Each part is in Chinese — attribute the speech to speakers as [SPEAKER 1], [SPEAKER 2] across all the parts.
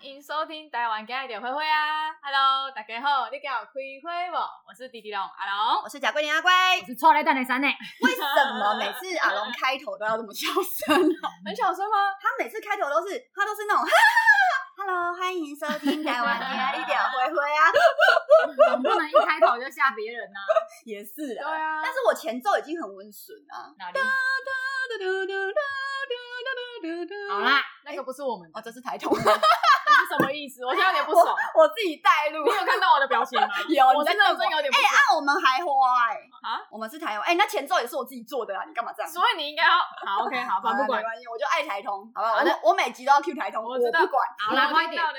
[SPEAKER 1] 迎收听台湾今日的灰灰啊！Hello，大家好，你叫我开会不？我是迪迪龙阿龙
[SPEAKER 2] 我，是贾桂林阿龟，
[SPEAKER 1] 哦
[SPEAKER 3] 我是错来蛋的三呢，
[SPEAKER 2] 为什么每次阿
[SPEAKER 1] 嗯
[SPEAKER 2] 龙开头都要这么小声 呢？
[SPEAKER 1] 很小声吗？
[SPEAKER 2] 他每次开头都是他都是那种哈哈哈哈，Hello，欢迎收听台湾恋爱一点灰灰啊，
[SPEAKER 3] 总不能一开头就吓别人呐、
[SPEAKER 2] 也是
[SPEAKER 1] 对
[SPEAKER 2] 啊。
[SPEAKER 1] 啊
[SPEAKER 2] 但，是我前奏已经很温顺啊。
[SPEAKER 3] 哪里？好啦，
[SPEAKER 1] 那个不是我们的，
[SPEAKER 2] 哦，这是台头，
[SPEAKER 1] 是什么意思？我现在有点不爽。
[SPEAKER 2] 我自己带入。
[SPEAKER 1] 你有看到我的表情吗？
[SPEAKER 2] 有
[SPEAKER 1] 我
[SPEAKER 2] 你在
[SPEAKER 1] 真的
[SPEAKER 2] 瞪
[SPEAKER 1] 真有点不爽。
[SPEAKER 2] 那我们还花哎、
[SPEAKER 1] 啊
[SPEAKER 2] 我们是台湾哎、那前奏也是我自己做的啊，你干嘛这样？
[SPEAKER 1] 所以你应该要好，OK，好，
[SPEAKER 2] 好
[SPEAKER 1] 反
[SPEAKER 2] 啦
[SPEAKER 1] 啊正不
[SPEAKER 2] 没
[SPEAKER 1] 管。
[SPEAKER 2] 关系，我就爱台通，好不好？我我每集都要 Q 台通，
[SPEAKER 1] 我
[SPEAKER 2] 我
[SPEAKER 1] 知道
[SPEAKER 2] 不管。
[SPEAKER 3] 好啦，快点
[SPEAKER 1] 我知！道的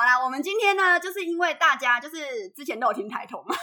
[SPEAKER 2] 好啦，我们今天呢，就是因为大家就是之前都有听台通嘛，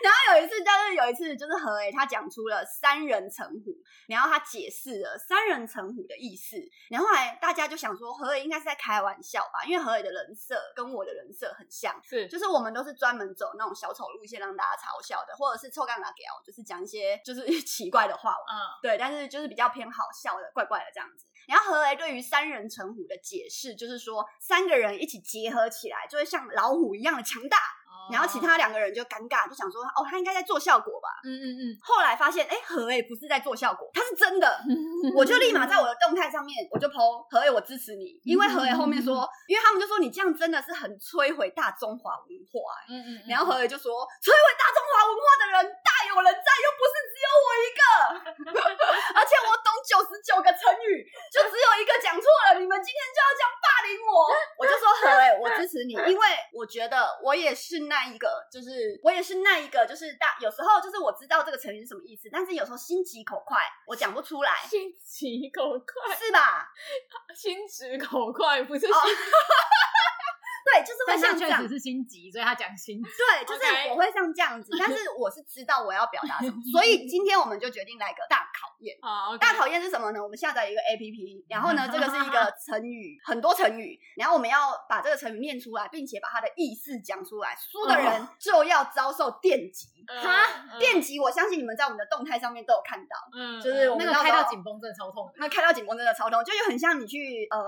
[SPEAKER 2] 然后有一次就是有一次就是何伟他讲出了三人成虎，然后他解释了三人成虎的意思，然后后来大家就想说何伟应该是在开玩笑吧，因为何伟的人设跟我的人设很像。
[SPEAKER 1] 是
[SPEAKER 2] 就是我们都是专门走那种小丑路线让大家嘲笑的，或者是臭干辣屌，就是讲一些就是 奇怪的话，
[SPEAKER 1] 嗯，
[SPEAKER 2] 对，但是就是比较偏好笑的、怪怪的这样子。然后何雷对于三人成虎的解释就是说，三个人一起结合起来就会像老虎一样的强大，然后其他两个人就尴尬，就想说哦，他应该在做效果吧。
[SPEAKER 1] 嗯嗯嗯，
[SPEAKER 2] 后来发现，哎，何伟不是在做效果，他是真的。我就立马在我的动态上面，我就 PO 何伟，我支持你，因为何伟后面说，因为他们就说你这样真的是很摧毁大中华文化、欸
[SPEAKER 1] 嗯嗯，
[SPEAKER 2] 然后何伟就说，摧毁大中华文化的人大有人在，又不是只有我一个，而且我懂九十九个成语，就只有一个讲错了，你们今天就要这样霸凌我，我就说何伟，我支持你，因为我觉得我也是那一个，就是我也是那一个，就是大有时候就是我知道这个成语是什么意思，但是有时候心急口快，我讲不出来，
[SPEAKER 1] 心直口快，
[SPEAKER 2] 是吧？
[SPEAKER 1] 心直口快不是
[SPEAKER 2] 哦
[SPEAKER 1] 心
[SPEAKER 2] 对，就是会
[SPEAKER 3] 但他
[SPEAKER 2] 像这
[SPEAKER 3] 确
[SPEAKER 2] 样
[SPEAKER 3] 实，是心急，所以他讲心急。
[SPEAKER 2] 对，就是
[SPEAKER 1] OK
[SPEAKER 2] 我会像这样子，但是我是知道我要表达什么，所以今天我们就决定来个大考验。
[SPEAKER 1] 啊，OK，
[SPEAKER 2] 大考验是什么呢？我们下载一个 A P P，然后呢， 这个是一个成语，很多成语，然后我们要把这个成语念出来，并且把它的意思讲出来，输的人
[SPEAKER 3] 嗯
[SPEAKER 2] 就要遭受电击。
[SPEAKER 1] 嗯
[SPEAKER 2] 哈，
[SPEAKER 1] 嗯
[SPEAKER 2] 电击，我相信你们在我们的动态上面都有看到，
[SPEAKER 1] 嗯
[SPEAKER 2] 就是我们
[SPEAKER 3] 那个
[SPEAKER 2] 到时
[SPEAKER 3] 开
[SPEAKER 2] 候
[SPEAKER 3] 到紧绷症超痛的，
[SPEAKER 2] 那开到紧绷真的超痛，就有很像你去呃，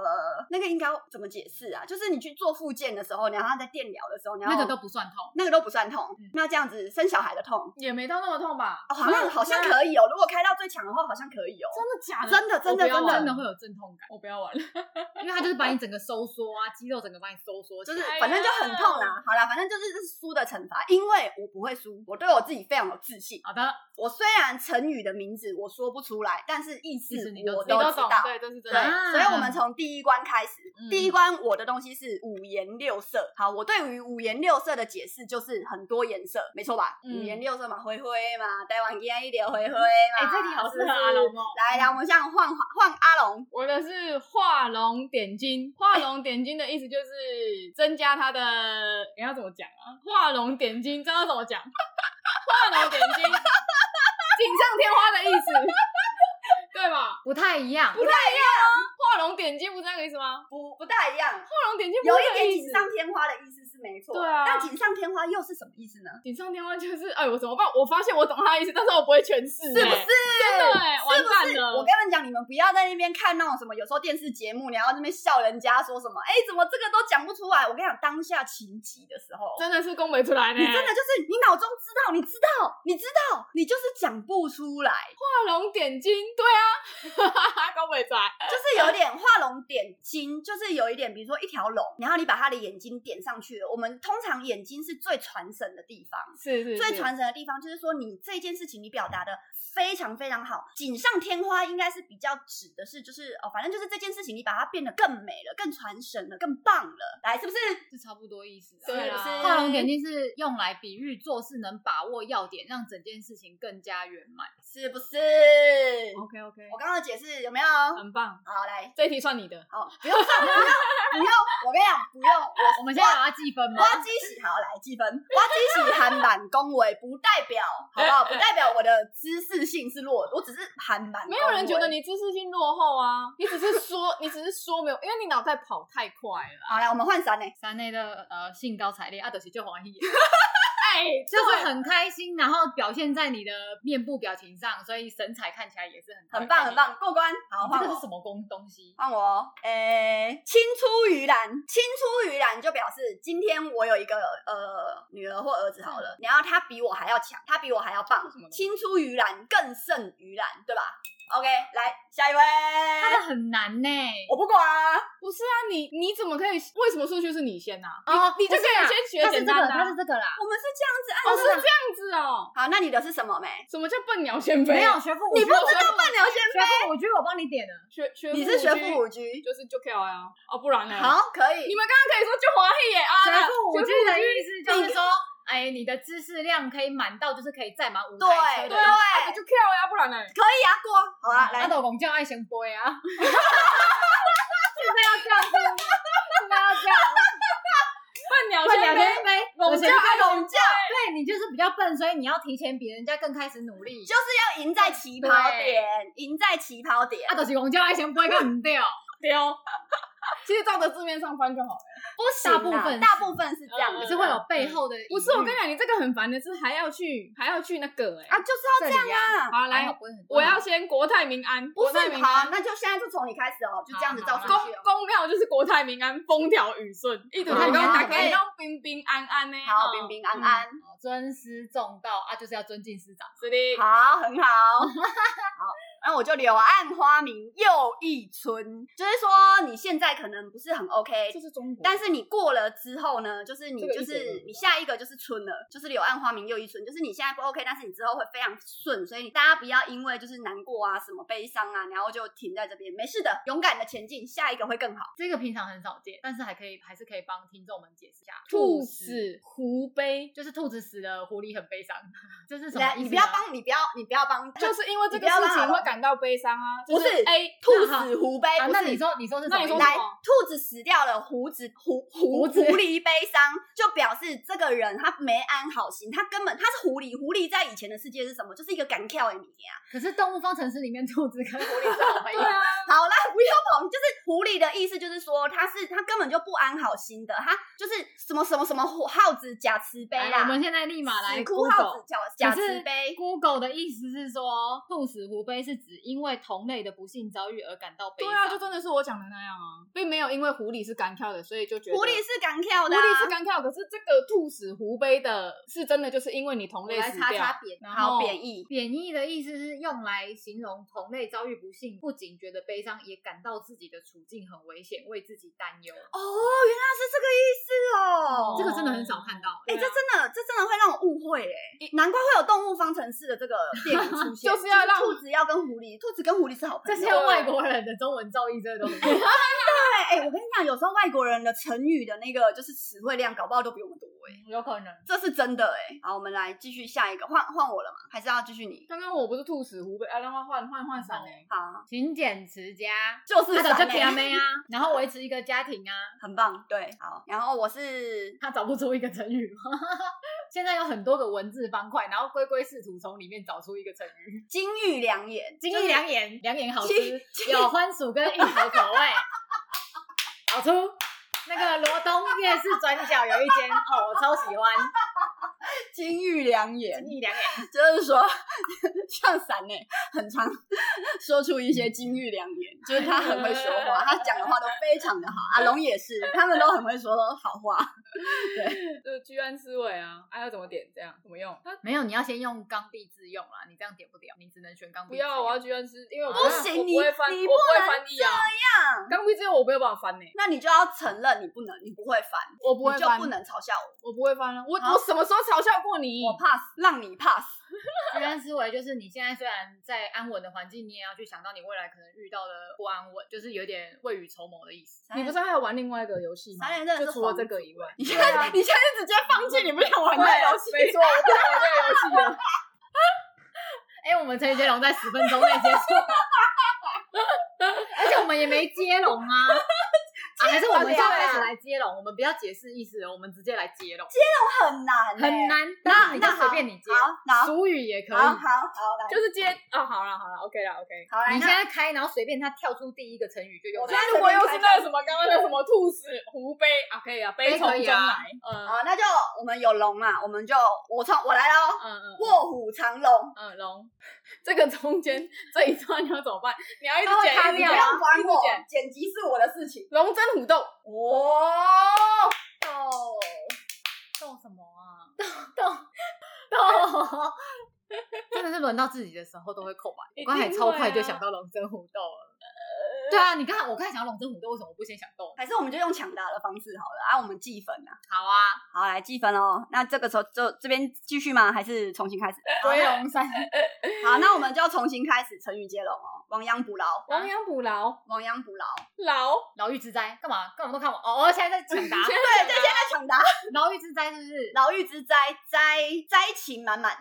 [SPEAKER 2] 那个应该要怎么解释啊？就是你去做复健的时候，然后在电疗的时候，然后
[SPEAKER 3] 那个都嗯不算痛。
[SPEAKER 2] 那个都不算痛，那这样子生小孩的痛，
[SPEAKER 1] 也没到那么痛吧？
[SPEAKER 2] 哦、好像
[SPEAKER 3] 嗯
[SPEAKER 2] 好像可以哦。如果开到最强的话，好像可以哦。
[SPEAKER 1] 真的假的？
[SPEAKER 2] 真的真的
[SPEAKER 1] 我不要玩
[SPEAKER 3] 真
[SPEAKER 2] 真
[SPEAKER 3] 的会有阵痛感，
[SPEAKER 1] 我不要玩了。
[SPEAKER 3] 因为他就是把你整个收缩啊，肌肉整个把你收缩起
[SPEAKER 2] 就
[SPEAKER 3] 来，
[SPEAKER 2] 是
[SPEAKER 1] 哎呀
[SPEAKER 2] 反正就很痛啊啦。好啦，反正就是这是输的惩罚，因为我不会输，我对我自己非常有自信。
[SPEAKER 3] 好的，
[SPEAKER 2] 我虽然成语的名字我说不出来，但是意思
[SPEAKER 3] 意思你都
[SPEAKER 2] 我
[SPEAKER 1] 你都
[SPEAKER 2] 知
[SPEAKER 1] 懂
[SPEAKER 2] 道。，
[SPEAKER 1] 对，这是真
[SPEAKER 2] 对，
[SPEAKER 1] 的。
[SPEAKER 3] 啊
[SPEAKER 2] 所以我们从第一关开始。
[SPEAKER 1] 嗯
[SPEAKER 2] 第一关我的东西是五颜六色。好，我对于五颜六色的解释就是很多颜色，没错吧？
[SPEAKER 1] 嗯
[SPEAKER 2] 五颜六色嘛，灰灰嘛，台湾烟一点灰灰嘛。
[SPEAKER 1] 哎，这题好适合阿
[SPEAKER 2] 是不是。
[SPEAKER 1] 龙哦。
[SPEAKER 2] 来来，我们像换换阿龙，
[SPEAKER 1] 我的是画龙点睛，画龙点睛的意思就是增加它的，你要怎么讲啊？画龙点睛，知道怎么讲？ 画龙点睛，锦上添花的意思，对吧？
[SPEAKER 3] 不太一样。
[SPEAKER 1] 啊画龙点睛不是那个意思吗？
[SPEAKER 2] 不不大一样，
[SPEAKER 1] 画龙点睛不
[SPEAKER 2] 有
[SPEAKER 1] 是
[SPEAKER 2] 一
[SPEAKER 1] 这个
[SPEAKER 2] 点
[SPEAKER 1] 意
[SPEAKER 2] 锦
[SPEAKER 1] 思。
[SPEAKER 2] 上添花的意思是没错。
[SPEAKER 1] 对啊
[SPEAKER 2] 那锦上添花又是什么意思呢？
[SPEAKER 1] 锦上添花就是，哎，我怎么办？我发现我懂他的意思，但是我不会诠释、
[SPEAKER 2] 是不
[SPEAKER 1] 哎
[SPEAKER 2] 是？
[SPEAKER 1] 真的、哎，
[SPEAKER 2] 是不
[SPEAKER 1] 完蛋
[SPEAKER 2] 是？
[SPEAKER 1] 了！
[SPEAKER 2] 我跟你们讲，你们不要在那边看那种什么，有时候电视节目，然后那边笑人家说什么，哎、怎么这个都讲不出来？我跟你讲，当下情急的时候，
[SPEAKER 1] 真的欸是恭维出来呢、
[SPEAKER 2] 你真的就是你脑中知道，你知道，你知道，你就是讲不出来，
[SPEAKER 1] 画龙点睛，对啊， 恭维出来。
[SPEAKER 2] 就是有点画龙点睛，就是有一点，比如说一条龙，然后你把它的眼睛点上去了。我们通常眼睛是最传神的地方。
[SPEAKER 1] 是是是
[SPEAKER 2] 最传神的地方就是说，你这件事情你表达的非常非常好，锦上添花应该是比较指的是，就是哦，反正就是这件事情你把它变得更美了、更传神了、更棒了，来，是不是？
[SPEAKER 3] 是差不多意思啊。
[SPEAKER 1] 是对啦
[SPEAKER 2] 是
[SPEAKER 3] 画龙点睛是用来比喻做事能把握要点，让整件事情更加圆满。
[SPEAKER 2] 是不是？
[SPEAKER 1] OK OK，
[SPEAKER 2] 我刚刚的解释有没有？好，
[SPEAKER 1] 很棒，
[SPEAKER 2] 来，
[SPEAKER 1] 这一题算你的。
[SPEAKER 2] 好，不用算，不用，不用，我跟你讲，不用，我
[SPEAKER 3] 我们现在把它记分吗？
[SPEAKER 2] 挖机洗好来积分，挖机洗韩版恭维不代表好不好？不代表我的知识性是弱，我只是韩版。
[SPEAKER 1] 没有人觉得你知识性落后啊，你只是说，你只是说没有，因为你脑袋跑太快了。
[SPEAKER 2] 好来，我们换欸三呢。
[SPEAKER 3] 山内的呃兴高采烈啊，就是就欢喜，
[SPEAKER 1] 哎，
[SPEAKER 3] 就是很开心，然后表现在你的面部表情上，所以神采看起来也是很
[SPEAKER 2] 很棒很。棒，过关。好，
[SPEAKER 3] 你
[SPEAKER 2] 换
[SPEAKER 3] 这个
[SPEAKER 2] 我哦
[SPEAKER 3] 是什，么东东西？
[SPEAKER 2] 换我。诶、 OK，青出于蓝，青出于蓝就表示今天我有一个呃女儿或儿子好了，然后他比我还要强，他比我还要棒
[SPEAKER 1] 什么，东西
[SPEAKER 2] 青出于蓝更胜于蓝，对吧？OK，来下一位，
[SPEAKER 3] 他的很难呢、
[SPEAKER 2] 我不管啊，
[SPEAKER 1] 不是啊，你你怎么可以？为什么顺序是你先呐、
[SPEAKER 3] 哦
[SPEAKER 1] 你你就可
[SPEAKER 3] 不是啊
[SPEAKER 1] 以先学
[SPEAKER 3] 他是
[SPEAKER 1] 简
[SPEAKER 3] 这
[SPEAKER 1] 单
[SPEAKER 3] 个，
[SPEAKER 1] 的
[SPEAKER 3] 他
[SPEAKER 1] 啊、
[SPEAKER 3] 是这个啦。
[SPEAKER 2] 我们是这样子
[SPEAKER 1] 哦，
[SPEAKER 2] 按
[SPEAKER 1] 是
[SPEAKER 2] 照
[SPEAKER 1] 这样子哦。
[SPEAKER 2] 好，那你的是什么没？
[SPEAKER 1] 什么叫笨鸟先飞？啊
[SPEAKER 3] 没有学富五车，
[SPEAKER 2] 你不知道笨鸟先
[SPEAKER 3] 学富五车，我帮你点了。
[SPEAKER 1] 学学，
[SPEAKER 2] 你是学
[SPEAKER 1] 五
[SPEAKER 2] 富五
[SPEAKER 1] 居
[SPEAKER 2] 居，
[SPEAKER 1] 就是就 K 啊，哦，不然呢？，
[SPEAKER 2] 好，可以
[SPEAKER 1] 你。们刚刚可以说就华裔耶啊，
[SPEAKER 3] 学富五
[SPEAKER 1] 学
[SPEAKER 3] 车的意思就是
[SPEAKER 2] 你
[SPEAKER 3] 说，哎，你的知识量可以满到，就是可以载满五
[SPEAKER 2] 对
[SPEAKER 3] 台车
[SPEAKER 1] 对
[SPEAKER 3] 的
[SPEAKER 2] 对，
[SPEAKER 3] 意
[SPEAKER 1] 啊
[SPEAKER 3] 思。
[SPEAKER 1] 就 K 呀，不然呢？
[SPEAKER 2] 可以啊，过啊，好啊，来
[SPEAKER 3] 阿，斗公叫爱先播啊， 现在要这样子，现在要这样，
[SPEAKER 1] 笨鸟
[SPEAKER 3] 快
[SPEAKER 1] 先
[SPEAKER 3] 两
[SPEAKER 1] 飞，
[SPEAKER 3] 天飞，
[SPEAKER 1] 我
[SPEAKER 3] 我
[SPEAKER 1] 们
[SPEAKER 3] 先
[SPEAKER 1] 叫
[SPEAKER 3] 飞。
[SPEAKER 1] 爱
[SPEAKER 2] 龙
[SPEAKER 1] 龙
[SPEAKER 2] 叫
[SPEAKER 3] 对你就是比较笨，所以你要提前比人家更开始努力。
[SPEAKER 2] 就是要赢在起跑点，赢在起跑点
[SPEAKER 3] 啊，。就是公叫爱先播个唔掉，
[SPEAKER 1] 雕。其实照着字面上翻就好了。
[SPEAKER 2] 不行啊，
[SPEAKER 3] 大部分是
[SPEAKER 2] 大部分是这样
[SPEAKER 1] 嗯
[SPEAKER 3] 可
[SPEAKER 2] 子
[SPEAKER 3] 是会有背后的疑虑。
[SPEAKER 1] 不是，我跟你讲，你这个很烦的是还要去还要去那个哎。
[SPEAKER 2] 嗯啊，就是要这样啊。
[SPEAKER 1] 好，
[SPEAKER 3] 还
[SPEAKER 1] 来
[SPEAKER 3] 好，不会很
[SPEAKER 1] 哎我要先国泰民安，
[SPEAKER 2] 不
[SPEAKER 1] 国泰
[SPEAKER 2] 是
[SPEAKER 1] 民
[SPEAKER 2] 好
[SPEAKER 1] 安，，
[SPEAKER 2] 那就现在就从你开始哦，就这样子照顺
[SPEAKER 1] 公
[SPEAKER 2] 序哦。
[SPEAKER 1] 公庙就是国泰民安，风调雨顺，一直
[SPEAKER 2] 好
[SPEAKER 1] 讲
[SPEAKER 2] 好
[SPEAKER 1] 大
[SPEAKER 2] 好
[SPEAKER 1] 家都平平安安呢。
[SPEAKER 2] 好，
[SPEAKER 1] 哦
[SPEAKER 2] 平平安安，
[SPEAKER 3] 哦尊师重道啊，就是要尊敬师长。
[SPEAKER 1] 是的，
[SPEAKER 2] 好，很好。好，那我就柳暗花明又一村，就是说你现在可能不是很 OK，
[SPEAKER 1] 这是中国
[SPEAKER 2] 但是你过了之后呢，就是你
[SPEAKER 1] 这个
[SPEAKER 2] 就
[SPEAKER 1] 一点都
[SPEAKER 2] 是
[SPEAKER 1] 不
[SPEAKER 2] 你下一个就是春了，就是柳暗花明又一村，就是你现在不 OK，但是你之后会非常顺，所以大家不要因为就是难过啊、什么悲伤啊，然后就停在这边，没事的，勇敢的前进，下一个会更好。
[SPEAKER 3] 这个平常很少见，但是还可以，还是可以帮听众们解释一下。
[SPEAKER 1] 兔死狐悲，
[SPEAKER 3] 就是兔子死了，狐狸很悲伤， 这是什么
[SPEAKER 2] 来，
[SPEAKER 3] 意思呢？啊
[SPEAKER 2] 你不要帮，你不要，你不要帮，
[SPEAKER 1] 就是因为这
[SPEAKER 2] 啊你
[SPEAKER 1] 个
[SPEAKER 2] 不要
[SPEAKER 1] 事
[SPEAKER 2] 让
[SPEAKER 1] 情
[SPEAKER 2] 他
[SPEAKER 1] 会感到悲伤啊。就
[SPEAKER 2] 不是
[SPEAKER 1] A
[SPEAKER 2] 兔
[SPEAKER 3] 那好
[SPEAKER 2] 死狐悲
[SPEAKER 3] 啊。
[SPEAKER 2] 不
[SPEAKER 3] 那
[SPEAKER 2] 是
[SPEAKER 3] 你说，你说是什
[SPEAKER 1] 那你
[SPEAKER 3] 么意
[SPEAKER 1] 说
[SPEAKER 3] 思？
[SPEAKER 2] 来，
[SPEAKER 1] 什么
[SPEAKER 2] 兔子死掉了，胡子狐狐
[SPEAKER 3] 胡子
[SPEAKER 2] 狐狸悲伤，就表示这个人他没安好心，他根本他是狐狸，狐狸在以前的世界是什么？就是一个敢跳的米啊。
[SPEAKER 3] 可是《动物方程式》里面，兔子跟狐狸是好朋 友
[SPEAKER 1] 对。啊，
[SPEAKER 2] 好啦，不要捧，就是狐狸的意思，就是说他是他根本就不安好心的，他就是什么什么什么耗子假慈悲
[SPEAKER 3] 来
[SPEAKER 2] 啦，
[SPEAKER 3] 我们现在立马来
[SPEAKER 2] 啊死哭耗子
[SPEAKER 3] Google。
[SPEAKER 2] 假假
[SPEAKER 3] 可是
[SPEAKER 2] 慈悲。
[SPEAKER 3] Google 的意思是说，兔死狐悲是指因为同类的不幸遭遇而感到悲
[SPEAKER 1] 对
[SPEAKER 3] 伤。
[SPEAKER 1] 啊，就真的是我讲的那样啊，并没有因为狐狸是干跳的，所以就觉得
[SPEAKER 2] 狐狸是敢跳
[SPEAKER 1] 狐
[SPEAKER 2] 的、啊，
[SPEAKER 1] 狸是干跳，可是这个兔死狐悲的是真的，就是因为你同
[SPEAKER 3] 我
[SPEAKER 1] 类
[SPEAKER 3] 来
[SPEAKER 1] 死
[SPEAKER 3] 查
[SPEAKER 1] 掉。
[SPEAKER 3] 查贬
[SPEAKER 1] 然
[SPEAKER 2] 好
[SPEAKER 1] 后
[SPEAKER 2] 贬义。
[SPEAKER 3] 贬义的意思是用来形容同类遭遇不幸，不仅觉得悲伤，也感到自己的处境很危险，为自己担忧。
[SPEAKER 2] 哦，原来是这个意思哦。
[SPEAKER 3] 这个真的很少看到。
[SPEAKER 2] 哎、这真的，这真的会让我误会哎、
[SPEAKER 1] 一
[SPEAKER 2] 难怪会有动物方程式的这个电影出现，
[SPEAKER 1] 就是要让
[SPEAKER 2] 兔子要跟狐狸，兔子跟狐狸是好朋
[SPEAKER 3] 这
[SPEAKER 2] 友。
[SPEAKER 3] 是用外国人的中文造诣，这个东西。
[SPEAKER 2] 对，哎、我跟你讲，有时候外国人的成语的那个就是词汇量，搞不好都比我们多哎、
[SPEAKER 3] 有可能。
[SPEAKER 2] 这是真的哎、好，我们来继续下一个，换换我了吗？还是要继续你？
[SPEAKER 1] 刚刚我不是兔死狐悲啊，让他换换换
[SPEAKER 2] 哦
[SPEAKER 1] 伞哎、
[SPEAKER 2] 好，
[SPEAKER 3] 勤俭持家，
[SPEAKER 2] 就是
[SPEAKER 3] 他
[SPEAKER 2] 傻
[SPEAKER 3] 早就
[SPEAKER 2] 妹
[SPEAKER 3] 甜妹啊，然后维持一个家庭啊，
[SPEAKER 2] 很棒，对，好。然后我是
[SPEAKER 3] 他找不出一个成语。 现在有很多个文字方块，然后龟龟试图从里面找出一个成语。
[SPEAKER 2] 金玉良言，
[SPEAKER 3] 金
[SPEAKER 2] 就是
[SPEAKER 3] 玉良言，良言好吃
[SPEAKER 2] 金，
[SPEAKER 3] 有番薯跟樱桃口味， 好吃。那个罗东夜市转角有一间哦，我超喜欢。
[SPEAKER 2] 金玉良言，
[SPEAKER 3] 金玉良言，
[SPEAKER 2] 就是说， 像闪呢、很常 说出一些金玉良言，就是他很会说 话，他讲的话都非常的好。阿龙也是，他们都很会说好 话。
[SPEAKER 1] 欸，就是居安思危啊，啊要怎么点这样怎么用？他
[SPEAKER 3] 没有，你要先用钢笔字用啦，你这样点不了，你只能选钢笔
[SPEAKER 1] 不
[SPEAKER 3] 字用。
[SPEAKER 2] 嗯
[SPEAKER 1] 要，我要居安思，因为我
[SPEAKER 3] 不
[SPEAKER 2] 行
[SPEAKER 1] 我
[SPEAKER 2] 你
[SPEAKER 1] 不会翻，我
[SPEAKER 2] 你
[SPEAKER 1] 不
[SPEAKER 2] 不能
[SPEAKER 1] 会翻译啊。刚毕只有我没有办法翻呢、欸
[SPEAKER 2] 那你就要承认你不能，你不会翻，
[SPEAKER 1] 我不会
[SPEAKER 2] 你就
[SPEAKER 1] 翻，
[SPEAKER 2] 不能嘲笑我，
[SPEAKER 1] 我不会翻了。啊我
[SPEAKER 2] 好
[SPEAKER 1] 我什么时候嘲笑过嗯你？
[SPEAKER 2] 我 pass，让你 pass。
[SPEAKER 3] 居安思危就是你现在虽然在安稳的环境，你也要去想到你未来可能遇到的不安稳，就是有点未雨绸缪的意思。
[SPEAKER 1] 你不是还有玩另外一个游戏吗
[SPEAKER 2] 闪脸真？的
[SPEAKER 1] 就是除了
[SPEAKER 2] 皇
[SPEAKER 1] 这个以外， 啊
[SPEAKER 2] 你现在、你现在是直接放弃你不想玩
[SPEAKER 1] 对
[SPEAKER 2] 的游戏，
[SPEAKER 1] 没错，我不玩这个游戏了。
[SPEAKER 3] 哎、我们陈杰龙在十分 钟内结束，而且我们也没接龙啊。啊，还是我们
[SPEAKER 2] 对
[SPEAKER 3] 就
[SPEAKER 2] 啊
[SPEAKER 3] 开始来接龙，我们不要解释意思了，我们直接来接龙，
[SPEAKER 2] 很难欸，
[SPEAKER 3] 很难。但
[SPEAKER 2] 那。
[SPEAKER 3] 是你就
[SPEAKER 2] 那
[SPEAKER 3] 随
[SPEAKER 2] 好，
[SPEAKER 3] 便你接，
[SPEAKER 2] 好，好，
[SPEAKER 3] 俗语也可
[SPEAKER 2] 好，好，
[SPEAKER 3] 以。
[SPEAKER 2] 好，来，
[SPEAKER 1] 就是接啊，好了好了，OK 了 OK。
[SPEAKER 2] 好来，
[SPEAKER 3] 你
[SPEAKER 2] 那
[SPEAKER 3] 现在开，然后随便他跳出第一个成语就用
[SPEAKER 2] 我
[SPEAKER 3] 它。
[SPEAKER 1] 所以如果又是那个什么刚刚那什么兔死狐悲啊，可以啊，悲从
[SPEAKER 3] 可以
[SPEAKER 1] 中来
[SPEAKER 3] 啊，
[SPEAKER 1] 嗯
[SPEAKER 2] 好，那就我们有龙嘛，我们就我从我来喽，
[SPEAKER 1] 嗯嗯，
[SPEAKER 2] 卧虎藏龙，
[SPEAKER 1] 嗯龙， 这个中间这一段要怎么办？你要一直
[SPEAKER 3] 它会
[SPEAKER 1] 剪，
[SPEAKER 3] 卡
[SPEAKER 1] 一直
[SPEAKER 2] 你
[SPEAKER 3] 掉
[SPEAKER 2] 不
[SPEAKER 1] 剪
[SPEAKER 2] 要
[SPEAKER 3] 啊
[SPEAKER 2] 管
[SPEAKER 1] 一直
[SPEAKER 2] 我
[SPEAKER 1] 剪，
[SPEAKER 2] 剪辑是我的事情。
[SPEAKER 1] 龙争虎斗，
[SPEAKER 2] 哦，
[SPEAKER 3] 斗斗什么啊？斗斗斗！真的是轮到自己的时候都会空白。
[SPEAKER 1] 一定
[SPEAKER 3] 我刚才超快
[SPEAKER 1] 会
[SPEAKER 3] 就
[SPEAKER 1] 啊
[SPEAKER 3] 想到龙争虎斗 了。对啊，你刚才我刚才想到龙争虎斗，为什么不先想斗？
[SPEAKER 2] 还是我们就用抢答的方式好了啊，我们计分啊，
[SPEAKER 3] 好啊，
[SPEAKER 2] 好来计分哦。那这个时候就这边继续吗？还是重新开始？
[SPEAKER 1] 哎
[SPEAKER 3] 归龙山。
[SPEAKER 2] 好，那我们就重新开始成语接龙哦，亡羊补牢，
[SPEAKER 1] 亡羊补牢，
[SPEAKER 2] 亡羊补牢。
[SPEAKER 1] 牢
[SPEAKER 3] 牢狱之灾，干嘛干嘛都看我哦！哦现在在抢 答，
[SPEAKER 2] 对，这现在哎抢答，
[SPEAKER 3] 牢狱之灾是不是？
[SPEAKER 2] 牢狱之灾，灾灾情满满，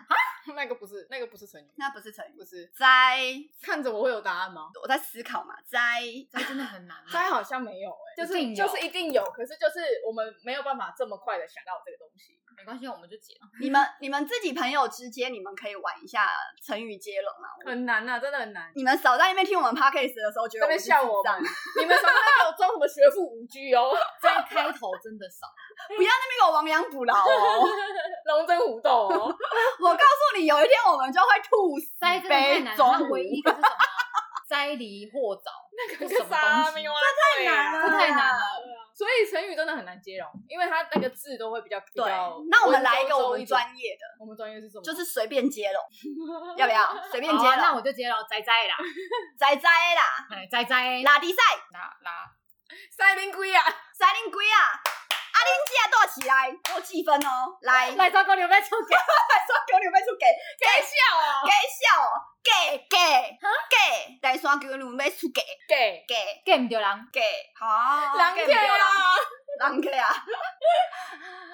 [SPEAKER 1] 那个不是那个不是成语，
[SPEAKER 2] 那不是成语。
[SPEAKER 1] 不是
[SPEAKER 2] 灾，
[SPEAKER 1] 看着我会有答案吗？
[SPEAKER 2] 我在思考嘛，灾
[SPEAKER 3] 灾真的很难啊，
[SPEAKER 1] 猜好像没有哎、
[SPEAKER 3] 就是有
[SPEAKER 1] 就是一定有，可是就是我们没有办法这么快的想到这个东西。
[SPEAKER 3] 没关系，我们就解。
[SPEAKER 2] 你们你们自己朋友之间，你们可以玩一下成语接龙啊。
[SPEAKER 1] 很难呐、真的很难。
[SPEAKER 2] 你们少在那边听我们 podcast 的时候，觉
[SPEAKER 1] 在那
[SPEAKER 2] 得
[SPEAKER 1] 边
[SPEAKER 2] 是
[SPEAKER 1] 笑我
[SPEAKER 2] 智障
[SPEAKER 1] 们，你们什么那有装什么学富五居哦，
[SPEAKER 3] 在开头真的少，
[SPEAKER 2] 那边有亡羊补牢哦。
[SPEAKER 1] 龙争虎斗哦，
[SPEAKER 2] 我告诉你，有一天我们就会吐死
[SPEAKER 3] 灾真的太
[SPEAKER 2] 杯
[SPEAKER 3] 难了。那
[SPEAKER 2] 中
[SPEAKER 3] 唯一一个是什么？灾离祸早，那
[SPEAKER 1] 这
[SPEAKER 3] 什么
[SPEAKER 1] 啥
[SPEAKER 3] 东
[SPEAKER 1] 没
[SPEAKER 3] 西
[SPEAKER 1] 有？啊？
[SPEAKER 2] 太
[SPEAKER 1] 对啊
[SPEAKER 2] 难了，
[SPEAKER 3] 这太难了。
[SPEAKER 1] 对啊所以成语真的很难接容，因为它那个字都会比较比
[SPEAKER 2] 对
[SPEAKER 1] 较。，
[SPEAKER 2] 那我们来一个我
[SPEAKER 1] 文绉绉点，
[SPEAKER 2] 们专业的，
[SPEAKER 1] 我们专业是什么？
[SPEAKER 2] 就是随便接龙，要 不要？ 随便接
[SPEAKER 3] 好啊那
[SPEAKER 2] 龙，
[SPEAKER 3] 我就接了仔仔啦，
[SPEAKER 2] 哉哉啦，
[SPEAKER 3] 哎仔 仔
[SPEAKER 2] 拉迪赛，
[SPEAKER 3] 啦啦，
[SPEAKER 1] 塞林龟啊，
[SPEAKER 2] 塞林龟啊，阿玲姐剁起来，给我计分哦，来，来
[SPEAKER 3] 来糟糕，你有没有抽奖？
[SPEAKER 2] 说给我女妹出给
[SPEAKER 1] 给笑啊，
[SPEAKER 2] 给笑哦，给给给，来刷给我女妹出给
[SPEAKER 1] 给
[SPEAKER 2] 给
[SPEAKER 3] game 丢狼
[SPEAKER 2] 给，好，
[SPEAKER 1] 狼
[SPEAKER 2] 给
[SPEAKER 1] 给啊，
[SPEAKER 3] 哦
[SPEAKER 2] 狼 K 啊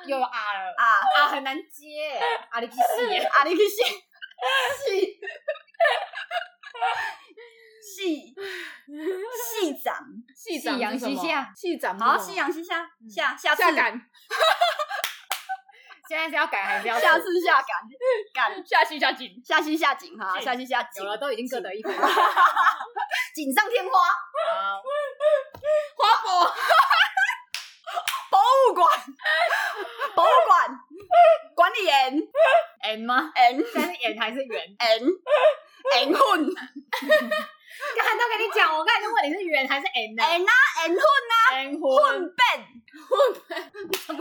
[SPEAKER 3] 又有 R 了，
[SPEAKER 2] 啊，
[SPEAKER 3] 啊很难接，啊你去死 耶！
[SPEAKER 2] 阿玲去戏戏戏戏长，
[SPEAKER 1] 细长是什么
[SPEAKER 3] 夕阳西下
[SPEAKER 1] 细长是什
[SPEAKER 2] 好，
[SPEAKER 1] 么
[SPEAKER 2] 夕阳西下
[SPEAKER 3] 嗯
[SPEAKER 2] 下下次
[SPEAKER 1] 下感
[SPEAKER 3] 现在是要改还是要
[SPEAKER 2] 下次下感感
[SPEAKER 1] 下西下井，
[SPEAKER 2] 下西下井哈，
[SPEAKER 3] 是
[SPEAKER 2] 下西下井
[SPEAKER 3] 有，了都已经各 得一分了。
[SPEAKER 2] 锦上添花，
[SPEAKER 3] 好
[SPEAKER 1] 花博
[SPEAKER 2] 博物馆博物馆管理员
[SPEAKER 3] n 吗？
[SPEAKER 2] N
[SPEAKER 3] 现在是 n 还是 圆？
[SPEAKER 2] N N 混
[SPEAKER 3] 刚才都跟你讲，我刚才就问你是圆还是 n 呢
[SPEAKER 2] N 啊 N 混
[SPEAKER 3] n
[SPEAKER 2] 混
[SPEAKER 3] 哎混，
[SPEAKER 2] 笨。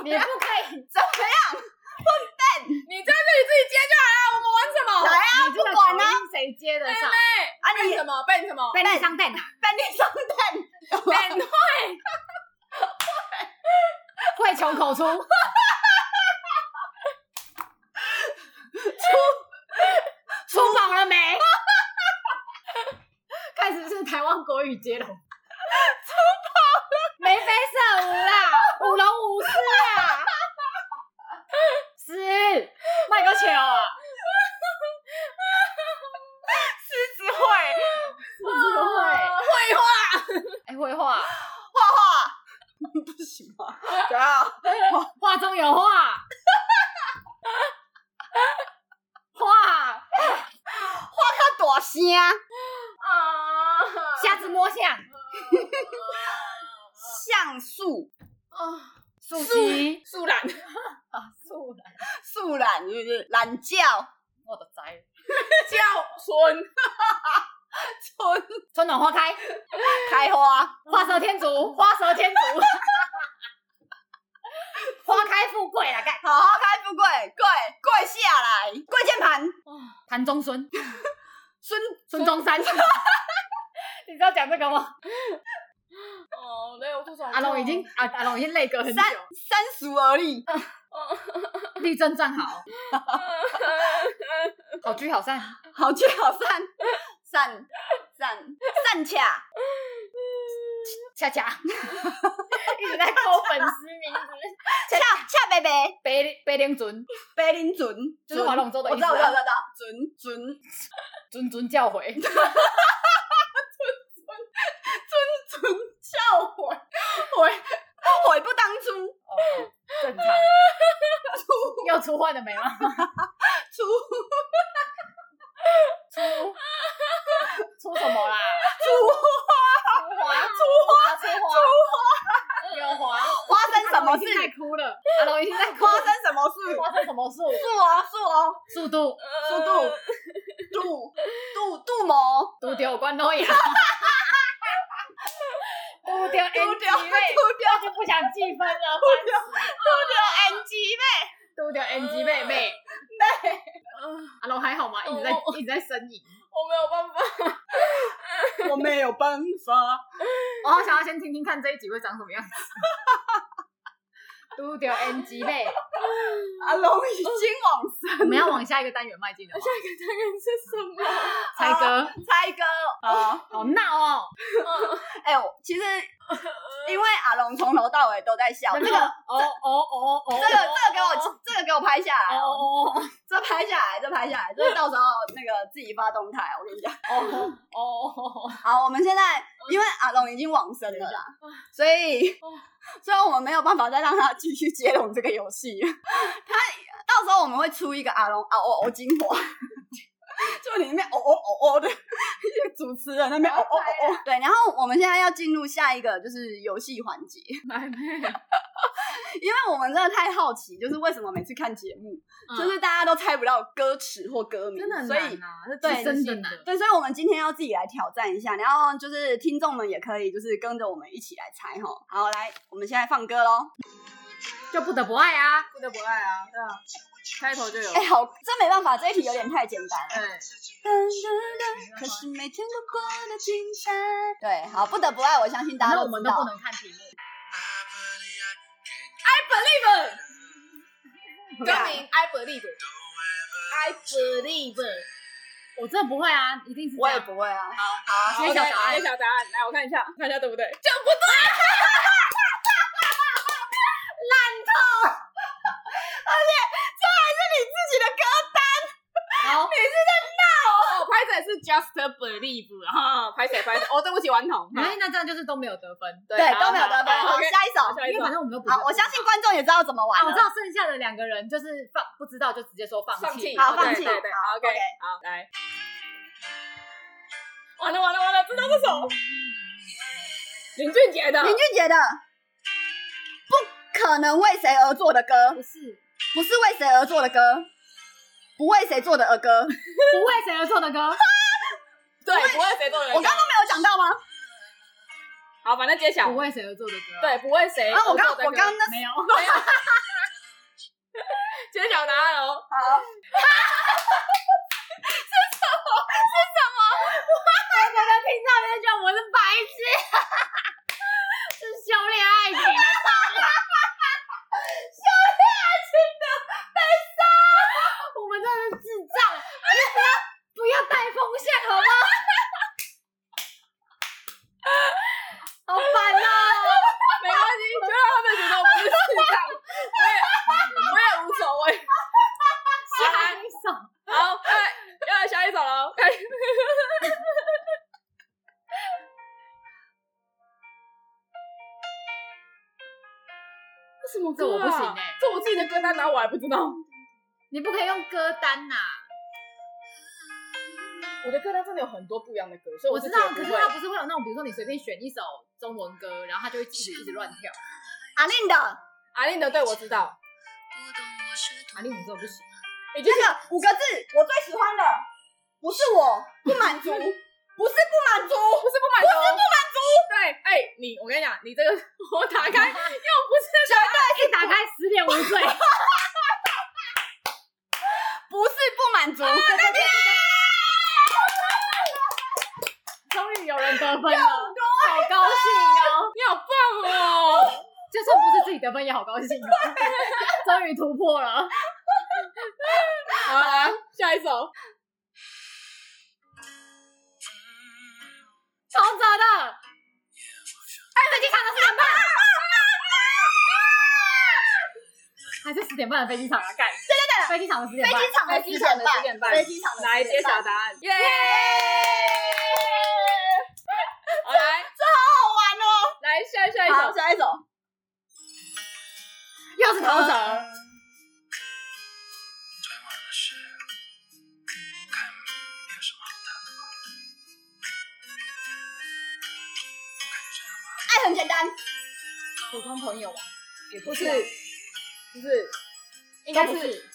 [SPEAKER 3] 你不可以，
[SPEAKER 2] 怎么样？
[SPEAKER 1] 你在这里自己接就好了，我们玩什么？
[SPEAKER 2] 来啊，
[SPEAKER 3] 哦你
[SPEAKER 2] 不
[SPEAKER 3] 这个
[SPEAKER 2] 管啊，
[SPEAKER 3] 口音谁接得上？
[SPEAKER 2] 啊
[SPEAKER 1] 笨
[SPEAKER 2] 你
[SPEAKER 1] 什么笨什么？
[SPEAKER 3] 被你上蛋啊！
[SPEAKER 2] 笨你上蛋，
[SPEAKER 1] 笨
[SPEAKER 3] 会穷口 出，出出榜了没？开始是台湾国语接龙，出榜了，眉飞色舞啦，舞龙舞狮啦，是卖个球啊！
[SPEAKER 2] 狮子会
[SPEAKER 3] 狮子会，
[SPEAKER 1] 会画
[SPEAKER 3] 哎，绘画，
[SPEAKER 2] 画画。 不行吗？怎
[SPEAKER 3] 啊
[SPEAKER 2] 样？
[SPEAKER 3] 画中有画，画
[SPEAKER 2] 他大声，
[SPEAKER 1] 啊，
[SPEAKER 3] 瞎子摸象，
[SPEAKER 2] 橡树
[SPEAKER 1] 啊，
[SPEAKER 3] 竖旗
[SPEAKER 1] 树懒
[SPEAKER 3] 啊，竖的，
[SPEAKER 2] 树懒是不是？懒觉
[SPEAKER 3] 我的灾。
[SPEAKER 1] 叫春
[SPEAKER 2] 春
[SPEAKER 3] 春暖花开，
[SPEAKER 2] 开花，
[SPEAKER 3] 花蛇添足，花蛇添足， 花开富贵啦，盖
[SPEAKER 2] 好好开富贵，跪跪下来，跪键盘，
[SPEAKER 3] 盘中孙，
[SPEAKER 2] 孙
[SPEAKER 3] 孙中山， 你知道讲这个吗？
[SPEAKER 1] 哦，没有吐槽。
[SPEAKER 3] 阿龙已经
[SPEAKER 2] 哦
[SPEAKER 3] 啊，阿龙已经累隔很久
[SPEAKER 2] 三，三十而立，
[SPEAKER 3] 力争战 壕，好聚好散，
[SPEAKER 2] 好聚好散，散散散卡，
[SPEAKER 3] 恰恰 一直在扣粉丝名字，
[SPEAKER 2] 恰恰贝贝，
[SPEAKER 3] 北北岭准
[SPEAKER 2] 贝林准，
[SPEAKER 3] 就是划龙舟的
[SPEAKER 2] 我
[SPEAKER 3] 意
[SPEAKER 2] 知
[SPEAKER 3] 思啊
[SPEAKER 2] 道，我知道，我知道，准准
[SPEAKER 3] 准准教诲，
[SPEAKER 2] 准教诲，我出
[SPEAKER 3] 哦，正常。要出换了没吗？
[SPEAKER 2] 出
[SPEAKER 3] 出出 什么啦？出花，出花，出花，出花，有 花。
[SPEAKER 2] 花生什么
[SPEAKER 3] 阿龙已经在
[SPEAKER 2] 事？
[SPEAKER 3] 哭了，阿龙已经在 哭
[SPEAKER 2] 花
[SPEAKER 3] 了。
[SPEAKER 2] 生什么事？
[SPEAKER 3] 发生什么事？
[SPEAKER 2] 树哦，树 哦，
[SPEAKER 3] 速度，
[SPEAKER 2] 速
[SPEAKER 1] 呃
[SPEAKER 2] 度，杜杜杜某，
[SPEAKER 3] 丢丢关东牙，丢
[SPEAKER 2] 丢
[SPEAKER 3] 丢
[SPEAKER 2] 丢
[SPEAKER 3] NG
[SPEAKER 2] 丢
[SPEAKER 3] 妹，
[SPEAKER 2] 丢
[SPEAKER 3] 就不想计分了，
[SPEAKER 2] NG 妹，
[SPEAKER 3] 丢
[SPEAKER 2] 呃
[SPEAKER 3] 丢 NG 妹妹。阿龙还好
[SPEAKER 2] 哦
[SPEAKER 3] 吗？ 一直在一直在呻吟。
[SPEAKER 1] 我没有办法，
[SPEAKER 2] 我没有办法。
[SPEAKER 3] 我好想要先听听看这一集会长什么样子。 丢丢 NG 妹，
[SPEAKER 2] 阿龙已经往生，
[SPEAKER 3] 我们要往下一个单元迈 进了吗。
[SPEAKER 1] 下一个单元是什么？
[SPEAKER 3] 猜歌，
[SPEAKER 2] 猜歌 啊！
[SPEAKER 3] 好闹哦。
[SPEAKER 2] 哎呦，其实因为阿龙从头到尾都在 笑，
[SPEAKER 3] 那
[SPEAKER 2] 这
[SPEAKER 3] 这
[SPEAKER 2] 个
[SPEAKER 3] 个哦哦哦
[SPEAKER 2] 这
[SPEAKER 3] 哦，
[SPEAKER 2] 个这个给我这个给我拍下来哦，
[SPEAKER 3] 哦哦哦
[SPEAKER 2] 这拍下来，这拍下来，这到时候那个自己发动态，我跟你讲。
[SPEAKER 3] 哦哦哦，
[SPEAKER 2] 好，我们现在
[SPEAKER 3] 哦
[SPEAKER 2] 因为阿龙已经往生了啦，所以虽然我们没有办法再让他继续接龙这个游戏， 他到时候我们会出一个阿龙啊哦哦精华， 就你那边哦哦哦哦的主持人那边哦哦哦
[SPEAKER 3] 啊
[SPEAKER 2] 哦，对，然后我们现在要进入下一个就是游戏环节，
[SPEAKER 3] 来妹，
[SPEAKER 2] 因为我们真的太好奇，就是为什么每次看节目，就
[SPEAKER 3] 嗯
[SPEAKER 2] 是大家都猜不到歌词或歌名，
[SPEAKER 3] 真的很
[SPEAKER 2] 所以
[SPEAKER 3] 难啊，这
[SPEAKER 2] 对
[SPEAKER 3] 是真的
[SPEAKER 1] 是
[SPEAKER 3] 难。
[SPEAKER 2] 对，所以我们今天要自己来挑战一下，然后就是听众们也可以就是跟着我们一起来猜哈。好，来，我们现在放歌喽。
[SPEAKER 3] 就不得不爱啊。
[SPEAKER 1] 不得不爱啊，对啊，开头就有
[SPEAKER 2] 哎、，好，这没办法，这一题有点太简单了。
[SPEAKER 1] 哎，
[SPEAKER 2] 可是每天都过得精彩。对，好，不得不爱，我相信大家
[SPEAKER 3] 那
[SPEAKER 2] 都
[SPEAKER 3] 我们
[SPEAKER 2] 知
[SPEAKER 3] 都不
[SPEAKER 2] 道。
[SPEAKER 3] 能看题目。
[SPEAKER 1] 歌名 I Believe，I Believe。
[SPEAKER 3] 我真的不会啊，一定是
[SPEAKER 2] 我
[SPEAKER 3] 这
[SPEAKER 2] 也
[SPEAKER 3] 样。
[SPEAKER 2] 不会啊。
[SPEAKER 1] 好哎
[SPEAKER 3] 揭晓答案
[SPEAKER 1] 揭晓答案，来我看一下，看一下对不对？这样
[SPEAKER 3] 好，
[SPEAKER 1] 哦，拍仔是 Just Believe 哈，拍仔拍仔，哦，对不起，顽童，
[SPEAKER 3] 没关系，那这样就是都没有得分，
[SPEAKER 1] 对
[SPEAKER 2] 对，
[SPEAKER 1] 好
[SPEAKER 2] 都没有得分。
[SPEAKER 1] 好
[SPEAKER 2] 好，
[SPEAKER 1] ，OK
[SPEAKER 2] 下一首。
[SPEAKER 1] 下一
[SPEAKER 3] 因为
[SPEAKER 1] 首
[SPEAKER 3] 反正我们都不是
[SPEAKER 2] 好，我相信观众也知道怎么玩
[SPEAKER 3] 啊，
[SPEAKER 2] 了。
[SPEAKER 3] 我知道剩下的两个人就是放不知道就直接说放
[SPEAKER 1] 放
[SPEAKER 3] 弃。
[SPEAKER 1] 弃，哦
[SPEAKER 2] 好
[SPEAKER 1] 对
[SPEAKER 2] 放弃
[SPEAKER 1] 对对，
[SPEAKER 2] 好
[SPEAKER 1] 好 OK，
[SPEAKER 2] OK
[SPEAKER 1] 好来。完了完了完了，知道这首林俊杰的，
[SPEAKER 2] 林俊杰的《不可能为谁而作的歌》，
[SPEAKER 3] 不是，
[SPEAKER 2] 不是为谁而作的歌，不为谁做的儿歌。
[SPEAKER 3] 不为谁而作的歌，
[SPEAKER 1] 对，不会谁做人
[SPEAKER 2] 我刚刚都没有讲到吗？
[SPEAKER 1] 好，反正揭晓
[SPEAKER 3] 不，为谁而作的歌，
[SPEAKER 1] 对，，不会谁。
[SPEAKER 2] 啊，我刚
[SPEAKER 1] 做的歌
[SPEAKER 2] 我刚那
[SPEAKER 3] 没有，
[SPEAKER 1] 揭晓答案哦，
[SPEAKER 2] 好。
[SPEAKER 3] 听
[SPEAKER 2] 哎
[SPEAKER 3] 到那句我是白痴，是修炼爱情啊， 我们真的是智障，不要带风向好吗？ 好烦啊！
[SPEAKER 1] 没关系，就让他们觉得我们是智障，我也我也无所谓。
[SPEAKER 3] 下一首。
[SPEAKER 1] 好，那要来下一首了， 开始。这什么
[SPEAKER 3] 这我不行
[SPEAKER 1] 哎、
[SPEAKER 3] 欸
[SPEAKER 1] 这我自己的歌单，然后我还不知道。
[SPEAKER 3] 你不可以用歌单呐、
[SPEAKER 1] 我的歌单真的有很多不一样的歌，所以
[SPEAKER 3] 我
[SPEAKER 1] 是
[SPEAKER 3] 知
[SPEAKER 1] 绝
[SPEAKER 3] 道，
[SPEAKER 1] 不
[SPEAKER 3] 可
[SPEAKER 1] 会
[SPEAKER 3] 是它不是会有那种，比如说你随便选一首中文歌，然后它就会一直一直乱跳。
[SPEAKER 2] 阿令的
[SPEAKER 1] 阿令的对我知道，
[SPEAKER 3] 啊，令你说不行，
[SPEAKER 1] 已经
[SPEAKER 2] 那个五个字，我最喜欢的不是我不满足，不是不满足，
[SPEAKER 1] 不是不满足，不是不满足。对，哎、你我跟你讲，你这个我打 开又不是
[SPEAKER 3] 一 打开十点无罪，
[SPEAKER 2] 不是不满足。
[SPEAKER 3] 终于有人得分了，好高兴哦！
[SPEAKER 1] 你好棒哦！
[SPEAKER 3] 就算不是自己得分也好高兴哦，
[SPEAKER 2] 啊
[SPEAKER 3] 终于突破了。
[SPEAKER 1] 好来下一首，
[SPEAKER 3] 重泽的，哎，飞机场的四点半，还是十点半的飞机场啊？干，对对对，飞机场的十点
[SPEAKER 2] 飞
[SPEAKER 3] 半，
[SPEAKER 2] 机场的
[SPEAKER 1] 飞机场的十点半
[SPEAKER 2] 飞机场的
[SPEAKER 1] 来揭晓
[SPEAKER 2] 好
[SPEAKER 1] 答案，耶！好来
[SPEAKER 2] 好玩哦。
[SPEAKER 1] 来下下一
[SPEAKER 2] 好，哦
[SPEAKER 1] 首，
[SPEAKER 2] 下一首。
[SPEAKER 3] 钥匙逃
[SPEAKER 2] 呃
[SPEAKER 3] 走。
[SPEAKER 4] 昨天晚上是看没有什么好谈的吧？我感觉这样吧，
[SPEAKER 2] 爱很简单，
[SPEAKER 3] 普通朋友吧，啊也
[SPEAKER 1] 不
[SPEAKER 3] 不
[SPEAKER 1] 是
[SPEAKER 3] 是，
[SPEAKER 1] 不是，应
[SPEAKER 3] 都
[SPEAKER 1] 该
[SPEAKER 3] 不
[SPEAKER 1] 是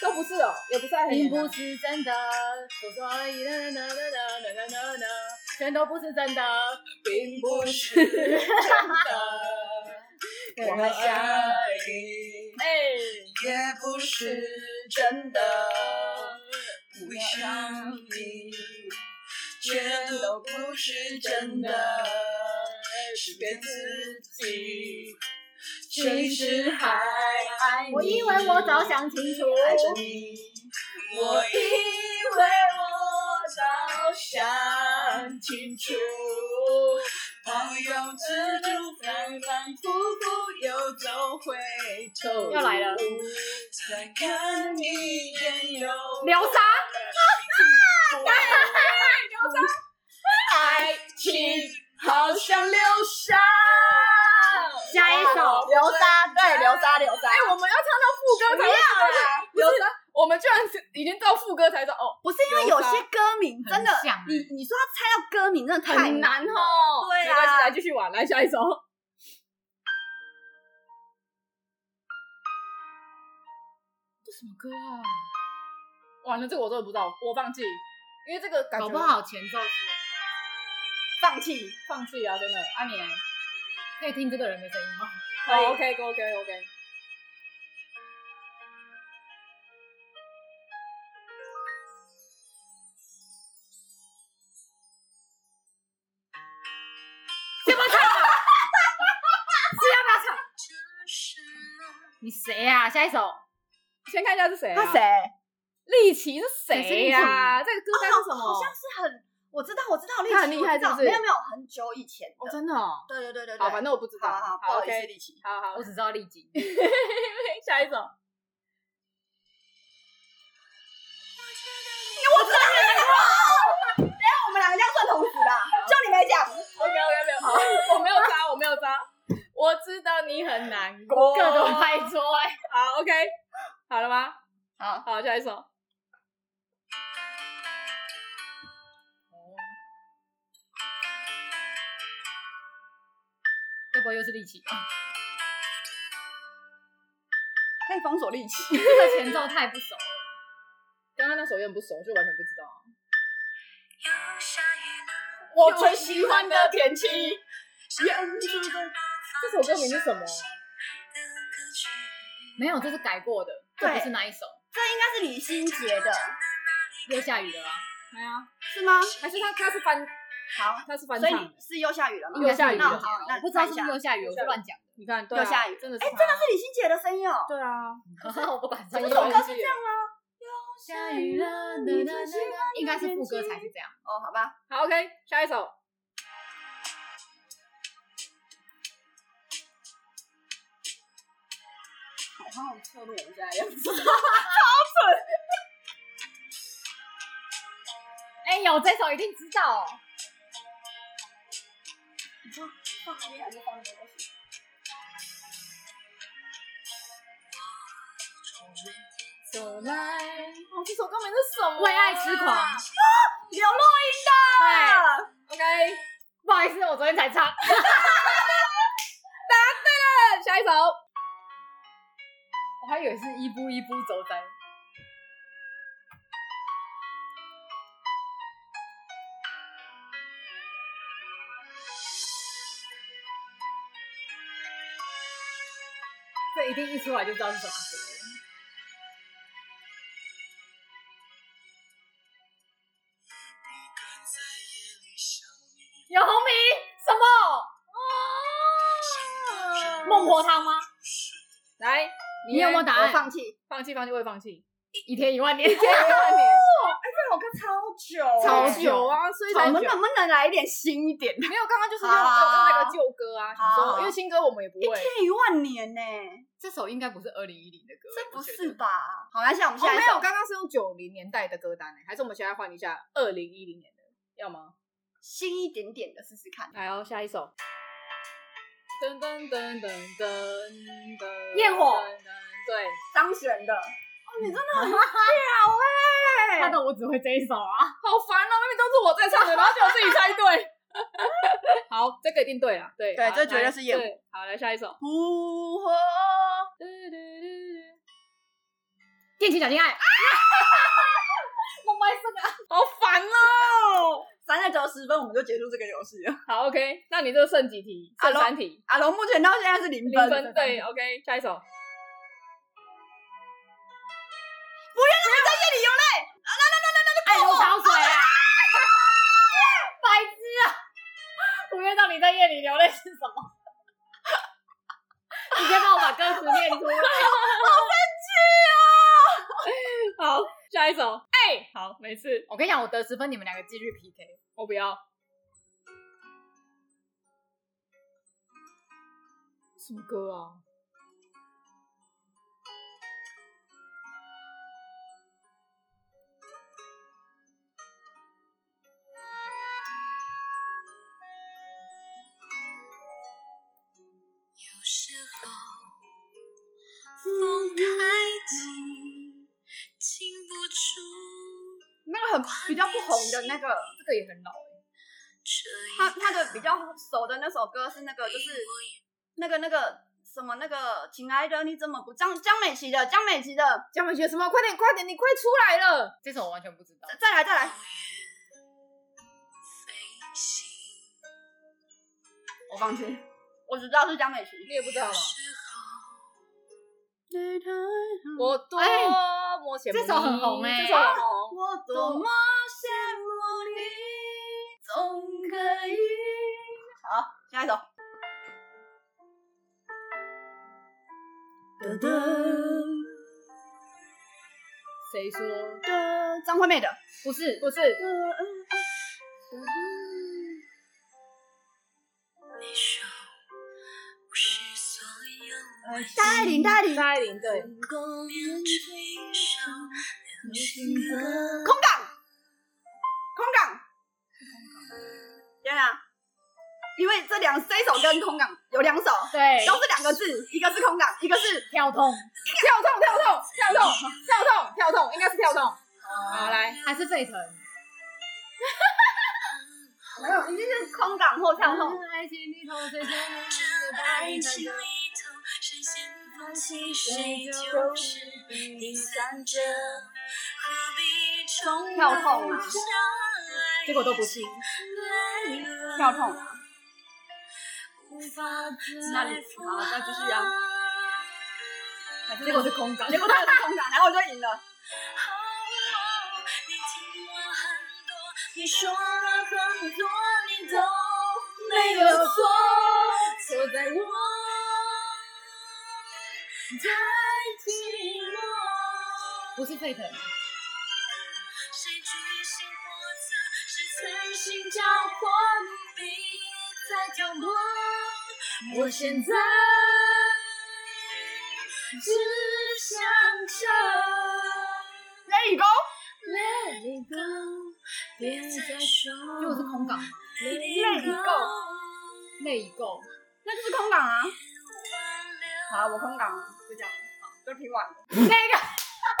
[SPEAKER 1] 都不是哦，也不是爱很
[SPEAKER 3] 并
[SPEAKER 1] 简
[SPEAKER 3] 不
[SPEAKER 1] 单。
[SPEAKER 3] 是真的，所说而已，啦啦啦啦啦啦啦啦，全都不是真的，并不是真的。
[SPEAKER 4] 我们相遇
[SPEAKER 3] 哎，
[SPEAKER 4] 也不是真的，不想你，全都不是真的，是骗自己，其实还爱你。
[SPEAKER 3] 我以为我早想清楚，
[SPEAKER 4] 爱着你，我以为我早想清楚，朋友自助反反复复游走回头路，
[SPEAKER 3] 要来了
[SPEAKER 4] 再看一眼又
[SPEAKER 3] 秒杀，
[SPEAKER 4] 爱情好像流沙，
[SPEAKER 3] 下一首。
[SPEAKER 2] 流沙，对，流沙，流沙
[SPEAKER 1] 哎，，我们要唱到副歌才会不是，我们居然是已经到副歌才说哦，
[SPEAKER 2] 不是因为有些歌名真的
[SPEAKER 3] 很像，
[SPEAKER 2] 你你说要猜到歌名真的太
[SPEAKER 1] 很难哦。
[SPEAKER 2] 对啊
[SPEAKER 1] 没关系，来继续玩，来下一首。这什么歌啊？完了，这个我真的不知道，我放弃，因为这个感觉
[SPEAKER 3] 搞不好前奏是
[SPEAKER 2] 放弃。
[SPEAKER 1] 放弃啊，真的。阿年，
[SPEAKER 3] 可以听这个人的声音吗？
[SPEAKER 2] 以
[SPEAKER 1] 好，OK，OK，OK。哦
[SPEAKER 3] 你谁呀、下一首
[SPEAKER 1] 先看一下是谁、啊？
[SPEAKER 2] 他谁？？
[SPEAKER 1] 丽奇是
[SPEAKER 3] 谁
[SPEAKER 1] 谁
[SPEAKER 3] 是
[SPEAKER 1] 呀、这个歌单是什么？
[SPEAKER 2] 哦好像是很，我知道，我知道，
[SPEAKER 1] 他很
[SPEAKER 2] 丽
[SPEAKER 1] 厉
[SPEAKER 2] 奇
[SPEAKER 1] 害
[SPEAKER 2] 我知道
[SPEAKER 1] 是不是
[SPEAKER 2] 没有没有，很久以前
[SPEAKER 1] 哦，
[SPEAKER 2] 的。
[SPEAKER 1] 真的哦。
[SPEAKER 2] 对对对对对。
[SPEAKER 1] 好，反正我不知道。
[SPEAKER 2] 好好，不好意思，
[SPEAKER 1] OK，
[SPEAKER 2] 丽奇。
[SPEAKER 1] 好好
[SPEAKER 3] 我，只知道丽晶，
[SPEAKER 1] 下一首。
[SPEAKER 2] 我知道你等一下我们两个这样算同时啦，就你没讲。
[SPEAKER 1] OK OK 没有， 好我没有扎，我没有扎。我知道你很难过，
[SPEAKER 3] 各种拍桌哎、
[SPEAKER 1] 好 OK，好了吗？
[SPEAKER 2] 好，
[SPEAKER 1] 好，下一首。
[SPEAKER 3] 会不会又是丽琪？啊
[SPEAKER 2] 可以封锁丽奇。
[SPEAKER 3] 这个前奏太不熟了。
[SPEAKER 1] 刚刚那首有点不熟，就完全不知道。
[SPEAKER 2] 我最喜欢的天气。
[SPEAKER 1] 这首歌名是什么？
[SPEAKER 3] 没有，这是改过的，这
[SPEAKER 2] 对
[SPEAKER 3] 不是哪一首？
[SPEAKER 2] 这应该是李心洁 的，
[SPEAKER 3] 又下雨了啊！
[SPEAKER 1] 哎呀，
[SPEAKER 2] 是吗？
[SPEAKER 1] 还是他他是翻
[SPEAKER 2] 好，
[SPEAKER 1] 他是翻
[SPEAKER 2] 所以
[SPEAKER 1] 唱的
[SPEAKER 2] 你？是又下雨了吗？
[SPEAKER 1] 又下雨了
[SPEAKER 3] 哦
[SPEAKER 2] 那我好，那
[SPEAKER 3] 我不知道是
[SPEAKER 2] 看一下
[SPEAKER 3] 不是又下雨，我是乱讲 的。
[SPEAKER 1] 你看，对啊
[SPEAKER 2] 又下雨
[SPEAKER 1] 真的是
[SPEAKER 2] 哎，
[SPEAKER 1] 他
[SPEAKER 2] 真的是李心洁的声音哦。
[SPEAKER 1] 对啊，
[SPEAKER 3] 我不管，
[SPEAKER 1] 这
[SPEAKER 3] 这
[SPEAKER 1] 首
[SPEAKER 2] 首
[SPEAKER 1] 歌
[SPEAKER 2] 歌
[SPEAKER 1] 是
[SPEAKER 2] 是
[SPEAKER 1] 这
[SPEAKER 2] 这
[SPEAKER 1] 样
[SPEAKER 2] 样
[SPEAKER 1] 啊
[SPEAKER 2] 啊。
[SPEAKER 3] 下雨了，
[SPEAKER 2] 你最喜欢
[SPEAKER 3] 应该是副歌才是这样。
[SPEAKER 2] 哦，好吧，
[SPEAKER 1] 好 OK，下一首。
[SPEAKER 2] 好像我侧录一下的样子。
[SPEAKER 3] 哎、有这首一定知道、哦，
[SPEAKER 2] 你说放旁边还是放那个？
[SPEAKER 1] 走来，哦，这首歌名是什么啊？
[SPEAKER 3] 为爱痴狂
[SPEAKER 2] 刘若英的。
[SPEAKER 1] OK，
[SPEAKER 3] 不好意思，我昨天才唱。
[SPEAKER 1] 下一首。
[SPEAKER 3] 我还以为是一步一步走在。这一定一出来就知道是什么歌。有红米什么？
[SPEAKER 2] 嗯
[SPEAKER 3] 孟婆汤吗？
[SPEAKER 1] 来，
[SPEAKER 3] 你有没有答
[SPEAKER 2] 我
[SPEAKER 3] 案？
[SPEAKER 2] 放弃，
[SPEAKER 1] 放弃？放弃？我也放弃。
[SPEAKER 3] 一天一万年。
[SPEAKER 2] 哎这首歌超久哎
[SPEAKER 1] 超
[SPEAKER 2] 超
[SPEAKER 1] 久啊，所以才
[SPEAKER 2] 我们
[SPEAKER 1] 久
[SPEAKER 2] 能不能来一点新一点？
[SPEAKER 1] 没有，刚刚就是要
[SPEAKER 2] 好
[SPEAKER 1] 要要那
[SPEAKER 2] 好
[SPEAKER 1] 个
[SPEAKER 2] 好
[SPEAKER 1] 旧歌啊，想说
[SPEAKER 2] 好
[SPEAKER 1] 因为新歌我们也不
[SPEAKER 2] 一
[SPEAKER 1] 会
[SPEAKER 2] 天。 一万年呢、
[SPEAKER 3] 这首应该不是二零一零的歌，
[SPEAKER 2] 这不
[SPEAKER 3] 我觉得
[SPEAKER 2] 是吧？好，那现在我们
[SPEAKER 1] 哦，
[SPEAKER 2] 下一
[SPEAKER 1] 没
[SPEAKER 2] 首，
[SPEAKER 1] 有，刚刚是用九零年代的歌单欸呢，还是我们现在换一下二零一零年的，要吗？
[SPEAKER 2] 新一点点的试试看。
[SPEAKER 1] 来哦，下一首。噔噔噔噔噔噔，
[SPEAKER 2] 焰火，
[SPEAKER 1] 对，
[SPEAKER 2] 张悬的，
[SPEAKER 1] 哦啊
[SPEAKER 3] 他的我只会这一首啊，
[SPEAKER 1] 好烦哦，明明都是我在唱的，然后就我自己猜对。 好，这个一定对了，对
[SPEAKER 4] 对
[SPEAKER 1] 好
[SPEAKER 4] 这绝对
[SPEAKER 1] 来
[SPEAKER 4] 是焰火
[SPEAKER 1] 对好，来下一首。
[SPEAKER 4] 呼吼，
[SPEAKER 3] 踮起脚尖爱，
[SPEAKER 2] 我买这个。
[SPEAKER 1] 好烦哦！
[SPEAKER 2] 三个九十分，我们就结束这个游戏了。
[SPEAKER 1] 好，OK，那你这剩几题？剩
[SPEAKER 2] 好
[SPEAKER 1] 三题，
[SPEAKER 2] 阿龙目前到现在是零
[SPEAKER 1] 零
[SPEAKER 2] 分，
[SPEAKER 1] 分。对，OK，下一首。
[SPEAKER 3] 爱如潮水啊， 白痴啊！不愿让你在夜里流泪是什么？ 你先帮我把歌词念出来。
[SPEAKER 1] 好，下一首。哎，好，没事，
[SPEAKER 3] 我跟你讲，我得十分，你们两个继续 PK。
[SPEAKER 1] 我不要。什么歌啊？
[SPEAKER 5] 有时候风太急，禁不住
[SPEAKER 2] 那个很比较不红的那个，
[SPEAKER 3] 这个也很老，
[SPEAKER 5] 这
[SPEAKER 2] 他他的比较熟的那首歌是那个，就
[SPEAKER 5] 一
[SPEAKER 2] 是那个那个什么那个，亲爱的你怎么不张江美琪的江美琪的，
[SPEAKER 1] 江美学什么？快点，快点，你快出来了！
[SPEAKER 3] 这首我完全不知道
[SPEAKER 2] 再。再来再来，
[SPEAKER 5] 飞行
[SPEAKER 2] 我放弃，我只知道是江美琪。
[SPEAKER 1] 你也不知道吗？
[SPEAKER 5] 之后，
[SPEAKER 1] 我多
[SPEAKER 3] 哎
[SPEAKER 1] 么羡慕
[SPEAKER 3] 这首很红哎
[SPEAKER 1] 这首很红。
[SPEAKER 2] 我多么羡慕你，总可以。好，下一首。噔噔
[SPEAKER 1] 谁说？
[SPEAKER 2] 噔，呃张惠妹的。
[SPEAKER 1] 不是，不
[SPEAKER 3] 嗯
[SPEAKER 1] 是，
[SPEAKER 5] 你说不是所有
[SPEAKER 2] 带领带领，
[SPEAKER 1] 蔡依林对。
[SPEAKER 5] 能够变成上流行歌。
[SPEAKER 2] 空港，空港，天啊！因为这两这一首跟空港有两首，都
[SPEAKER 3] 对
[SPEAKER 2] 是两个字，一个是空港，一个是
[SPEAKER 3] 跳痛
[SPEAKER 1] 跳痛，跳痛，跳痛，跳痛，跳痛，应该是跳痛。
[SPEAKER 3] 啊
[SPEAKER 1] 好，来，
[SPEAKER 3] 还是这一层？
[SPEAKER 2] 没有，一定是空港或跳痛。
[SPEAKER 3] 嗯爱情里头最最美
[SPEAKER 5] 这爱情里头，谁先放弃，谁就是第三者，何必重
[SPEAKER 2] 跳痛啊
[SPEAKER 3] 结果都不是。
[SPEAKER 2] 跳痛啊！
[SPEAKER 5] 无法
[SPEAKER 1] 那
[SPEAKER 5] 再
[SPEAKER 1] 你好，那继续啊。
[SPEAKER 3] 结果是空港。
[SPEAKER 2] 结果真的是空港，然后我就赢了。
[SPEAKER 5] 你听我很多，你说了很多，你都没有错，错在我太寂寞。
[SPEAKER 3] 不是沸腾，
[SPEAKER 5] 谁居心叵测，谁存心搅和，不必再挑拨。我现在只想着。
[SPEAKER 2] Let it go。
[SPEAKER 5] Let it go，别再说。
[SPEAKER 3] 结果是空港。
[SPEAKER 5] Let it go。
[SPEAKER 3] 泪已 够，
[SPEAKER 2] 那就是空港啊！好，我空港，就这样，好，就挺晚了。那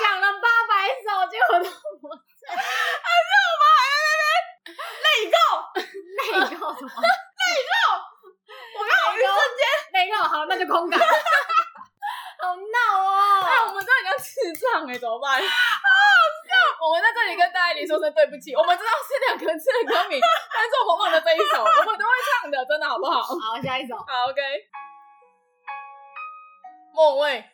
[SPEAKER 3] 讲了八百首，结果都
[SPEAKER 2] 你够，
[SPEAKER 3] 泪够 什么？
[SPEAKER 2] 我刚好一瞬间，
[SPEAKER 3] 泪够好，那就 空港。好闹哦！
[SPEAKER 1] 哎，我们这里叫智障哎，怎么办？好 笑！我们在这里跟大家一起说声对不起，我们知道是两个字的歌名，但是我们忘了这一首，我们都会唱的，真的好不好？
[SPEAKER 3] 好，下一首。
[SPEAKER 1] 好，OK。梦卫，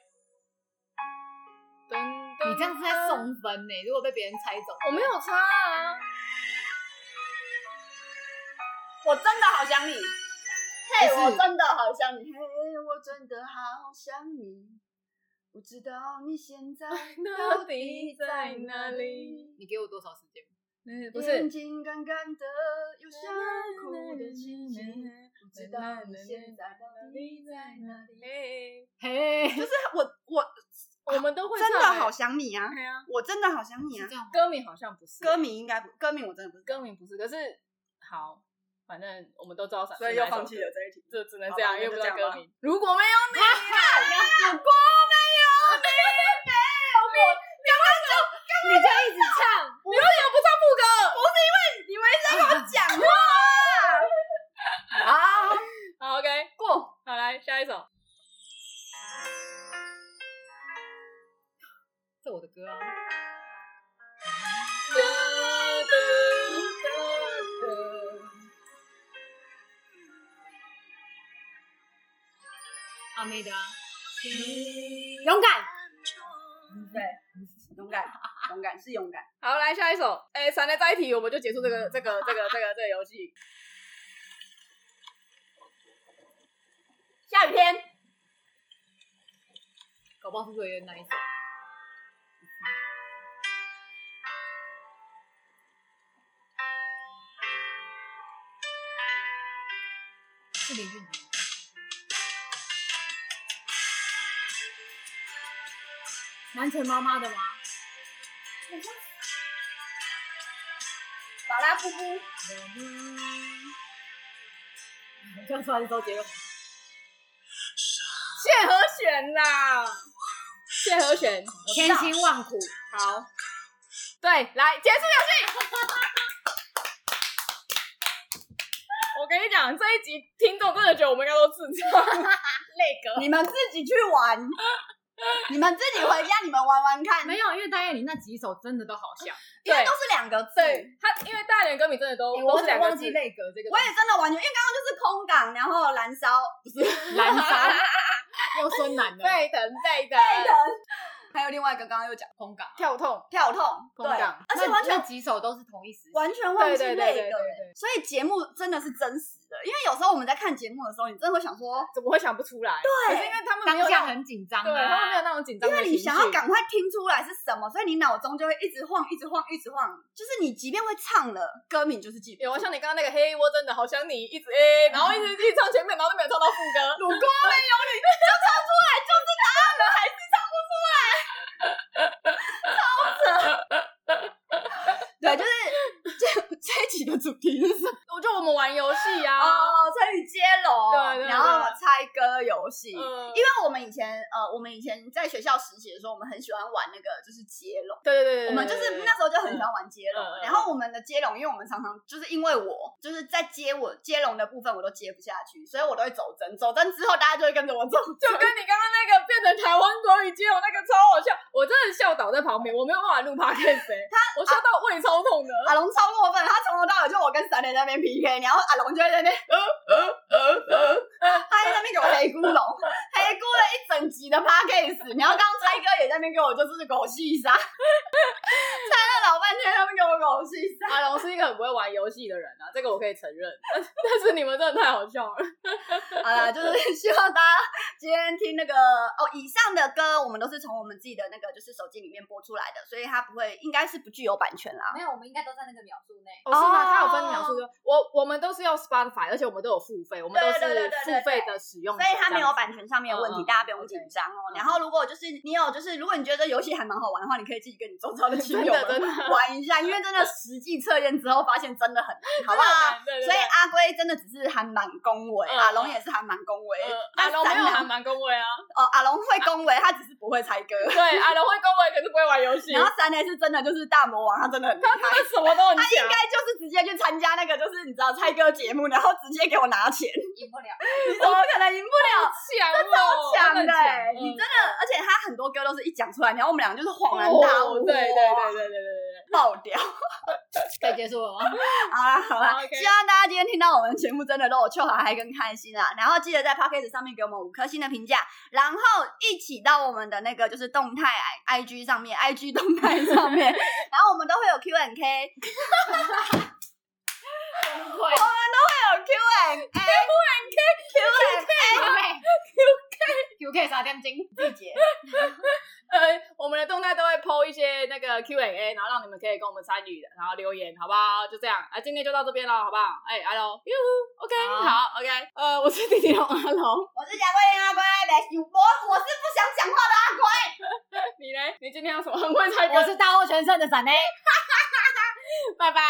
[SPEAKER 1] 噔噔
[SPEAKER 3] 你这样是在送分呢、如果被别人猜中，
[SPEAKER 1] 我没有差啊，
[SPEAKER 2] 我真的好想你。嘿，我真的好想你。嘿，我真的好想你。不知道你现 在
[SPEAKER 1] 到底在哪？里？
[SPEAKER 3] 你给我多少时间？
[SPEAKER 1] 嗯不
[SPEAKER 2] 不
[SPEAKER 1] 是
[SPEAKER 2] 眼，睛干干的，有想哭的心情。不知道你现在到底在哪里？
[SPEAKER 1] 嘿
[SPEAKER 3] 嘿，
[SPEAKER 2] 我我
[SPEAKER 1] 哎我们都会
[SPEAKER 2] 真的
[SPEAKER 1] 唱欸
[SPEAKER 2] 好想你啊！
[SPEAKER 1] 对啊，
[SPEAKER 2] 我真的好想你啊！
[SPEAKER 1] 样歌名好像不是
[SPEAKER 2] 歌迷应该不，歌迷我真的不是，
[SPEAKER 1] 歌名不是，可是好，反正我们都知道啥，
[SPEAKER 2] 所以又放弃了这一题。
[SPEAKER 1] 这只能
[SPEAKER 2] 好
[SPEAKER 1] 这样，
[SPEAKER 2] 吧
[SPEAKER 1] 因为不知道
[SPEAKER 2] 那就这样
[SPEAKER 1] 歌
[SPEAKER 2] 吧
[SPEAKER 1] 名。如果没有你，
[SPEAKER 2] 如果没有你，没有你，刚刚就
[SPEAKER 3] 你就一直唱，
[SPEAKER 1] 你为什么不唱副歌？
[SPEAKER 2] 你们在跟我讲话。啊！
[SPEAKER 1] 好，OK，过，好来下一首。这我的歌啊！阿妹的啊，
[SPEAKER 3] 勇敢，
[SPEAKER 2] 对，勇敢，勇敢是勇敢。
[SPEAKER 1] 好来下一首。哎，闪来再一题，我们就结束这个这个这个这个这个游戏。
[SPEAKER 3] 下雨天，
[SPEAKER 1] 搞不好是不是有点难一首？是林俊杰。
[SPEAKER 3] 南拳妈妈的吗？
[SPEAKER 2] 法拉夫夫，
[SPEAKER 3] 我叫出来是周杰伦，
[SPEAKER 1] 谢和弦啦，谢和弦，
[SPEAKER 3] 千辛万苦，
[SPEAKER 1] 好，对，来结束游戏。我跟你讲，这一集听众真的觉得我们应该都智障，累 哥。
[SPEAKER 2] 你们自己去 玩，你们自己回家，你们玩玩看。
[SPEAKER 3] 没有，因为大雁你那几首真的都好像，
[SPEAKER 2] 因为
[SPEAKER 1] 对
[SPEAKER 2] 都是两个字。
[SPEAKER 1] 对他，因为大连歌迷真的都
[SPEAKER 3] 哎我
[SPEAKER 1] 都是两个
[SPEAKER 3] 忘
[SPEAKER 1] 字
[SPEAKER 3] 记，泪格这个
[SPEAKER 2] 我，也真的完全，因为刚刚就是空港，然后燃烧，不是
[SPEAKER 3] 燃 烧，又孙楠的
[SPEAKER 1] 沸腾沸腾
[SPEAKER 2] 还有另外一个刚刚又讲
[SPEAKER 3] 空港，
[SPEAKER 1] 跳痛，
[SPEAKER 2] 跳痛，
[SPEAKER 3] 空港，
[SPEAKER 2] 而且
[SPEAKER 3] 那
[SPEAKER 2] 完全
[SPEAKER 3] 那几首都是同一时期，
[SPEAKER 2] 完全忘记
[SPEAKER 1] 对对对
[SPEAKER 2] 那
[SPEAKER 1] 对对
[SPEAKER 2] 个
[SPEAKER 1] 对，
[SPEAKER 2] 所以节目真的是真实的，因为有时候我们在看节目的时候，你真的会想说，
[SPEAKER 1] 怎么会想不出来？
[SPEAKER 2] 对
[SPEAKER 1] 可是因为他们没有
[SPEAKER 3] 当
[SPEAKER 1] 那
[SPEAKER 3] 下
[SPEAKER 1] 种，
[SPEAKER 3] 很紧张
[SPEAKER 1] 对他们没有
[SPEAKER 3] 啊，
[SPEAKER 1] 那种紧张
[SPEAKER 2] 因
[SPEAKER 1] 的情
[SPEAKER 2] 为
[SPEAKER 1] 绪，
[SPEAKER 2] 你想要赶快听出来是什么，所以你脑中就会一直晃，一直晃，一直晃，就是你即便会唱了，歌名就是记不住
[SPEAKER 1] 有啊，像你刚刚那个嘿，我真的好想你，一直 哎，然后一直一直唱前面，然后都没有唱到副歌。鲁哥，
[SPEAKER 2] 对，就是这这一集的主题是什么？
[SPEAKER 1] 我就我们玩游戏啊，
[SPEAKER 2] 哦，成语接龙，
[SPEAKER 1] 对对
[SPEAKER 2] 然后猜歌游戏。
[SPEAKER 1] 嗯
[SPEAKER 2] 因为我们以前呃，我们以前在学校实习的时候，我们很喜欢玩那个就是接龙，
[SPEAKER 1] 对对对对，
[SPEAKER 2] 我们就是那时候就很喜欢玩接
[SPEAKER 1] 嗯
[SPEAKER 2] 龙
[SPEAKER 1] 嗯。嗯
[SPEAKER 2] 然后我们的接龙，因为我们常常就是因为我就是在接我接龙的部分我都接不下去，所以我都会走针，走针之后大家就会跟着我走
[SPEAKER 1] 就
[SPEAKER 2] 针。
[SPEAKER 1] 跟你刚刚那个变成台湾国语街舞那个超好笑，我真的笑倒在旁边，我没有办法录 podcast，欸我笑到胃超痛的。
[SPEAKER 2] 阿龙超过分，他从头到尾就我跟闪雷在那边 PK，然后阿龙就会在那边呃呃呃呃，他在那边给我黑咕龙，黑咕了一整集的 p a c a s e 然后刚刚猜歌也在那边给我就是狗戏杀，猜了老半天，他们给我狗戏杀。
[SPEAKER 1] 阿龙是一个很不会玩游戏的人啊， 这个我可以承认，但是但是你们真的太好笑了。
[SPEAKER 2] 好啦，就是希望大家今天听那个哦，以上的歌我们都是从我们自己的那个就是手机里面播出来的，所以它不会应该是不具有版权啦。
[SPEAKER 3] 没有，我们应该都在那个秒数内，
[SPEAKER 1] 哦，是吗？他有分秒数的，我我们都是用 Spotify，而且我们都有付费，我们都是
[SPEAKER 2] 对对对对对
[SPEAKER 1] 付费的使用者，
[SPEAKER 2] 所以它没有
[SPEAKER 1] 这样子
[SPEAKER 2] 版权上面的问题，
[SPEAKER 1] 嗯嗯嗯
[SPEAKER 2] 大家不用紧张哦。然后如果就是你有就是如果你觉得这游戏还蛮好玩的话，你可以自己跟你周遭的亲 友
[SPEAKER 1] 真的真
[SPEAKER 2] 们玩一下，因为真的实际测验之后发现真的很难，好不好？
[SPEAKER 1] 对对对
[SPEAKER 2] 所以阿龟真的只是还蛮恭维，
[SPEAKER 1] 嗯
[SPEAKER 2] 阿龙也是还蛮恭维
[SPEAKER 1] 呃，
[SPEAKER 2] 但
[SPEAKER 1] 阿龙没有
[SPEAKER 2] 闪亮
[SPEAKER 1] 还蛮恭维啊，
[SPEAKER 2] 哦，阿龙会恭维，他只是不会猜歌。
[SPEAKER 1] 对，阿龙会恭维，可是不会玩游戏，
[SPEAKER 2] 然后三 A 是真的就是大魔王，他真 的很厉害。
[SPEAKER 1] 他什么都很
[SPEAKER 2] 他应
[SPEAKER 1] 强哦
[SPEAKER 2] 该。就是直接去参加那个，就是你知道猜歌节目，然后直接给我拿钱，
[SPEAKER 3] 赢 不了。
[SPEAKER 2] 你怎么可能赢不了？
[SPEAKER 1] 强哦，
[SPEAKER 2] 抢
[SPEAKER 1] 真
[SPEAKER 2] 的、
[SPEAKER 1] 的
[SPEAKER 2] 欸，
[SPEAKER 1] 很强
[SPEAKER 2] 你真
[SPEAKER 1] 嗯
[SPEAKER 2] 的，而且他很多歌都是一讲出来，然后我们俩就是恍然大
[SPEAKER 1] 哦
[SPEAKER 2] 悟，
[SPEAKER 1] 对对
[SPEAKER 2] 哇
[SPEAKER 1] 对对对对对
[SPEAKER 2] 爆掉。
[SPEAKER 3] 可以结束了
[SPEAKER 2] 好
[SPEAKER 3] 吗？
[SPEAKER 2] 啦好啦
[SPEAKER 1] 好，OK
[SPEAKER 2] 希望大家今天听到我们的节目真的都有秋好还更开心啦。然后记得在 Podcast 上面给我们五颗星的评价，然后一起到我们的那个就是动态 I IG 上面，IG 动态上 面，然后我们都会有 Q&K，会有 Q&A，Q&K，Q&A。
[SPEAKER 3] QK 三点钟，
[SPEAKER 2] 季节，
[SPEAKER 1] 对，呃，我们的动态都会 PO 一些那个 Q&A，然后让你们可以跟我们参与的，然后留言，好不好？就这样，啊，今天就到这边了，好不好？哎、h e l l o o k
[SPEAKER 2] 好
[SPEAKER 1] 好，OK，呃，我是弟弟龙阿龙，
[SPEAKER 2] 我是贾桂林阿乖，没有我我是不想讲话的阿乖。
[SPEAKER 1] 你呢？你今天有什么很会猜歌？
[SPEAKER 3] 我是大获全胜的闪雷。
[SPEAKER 1] 拜拜。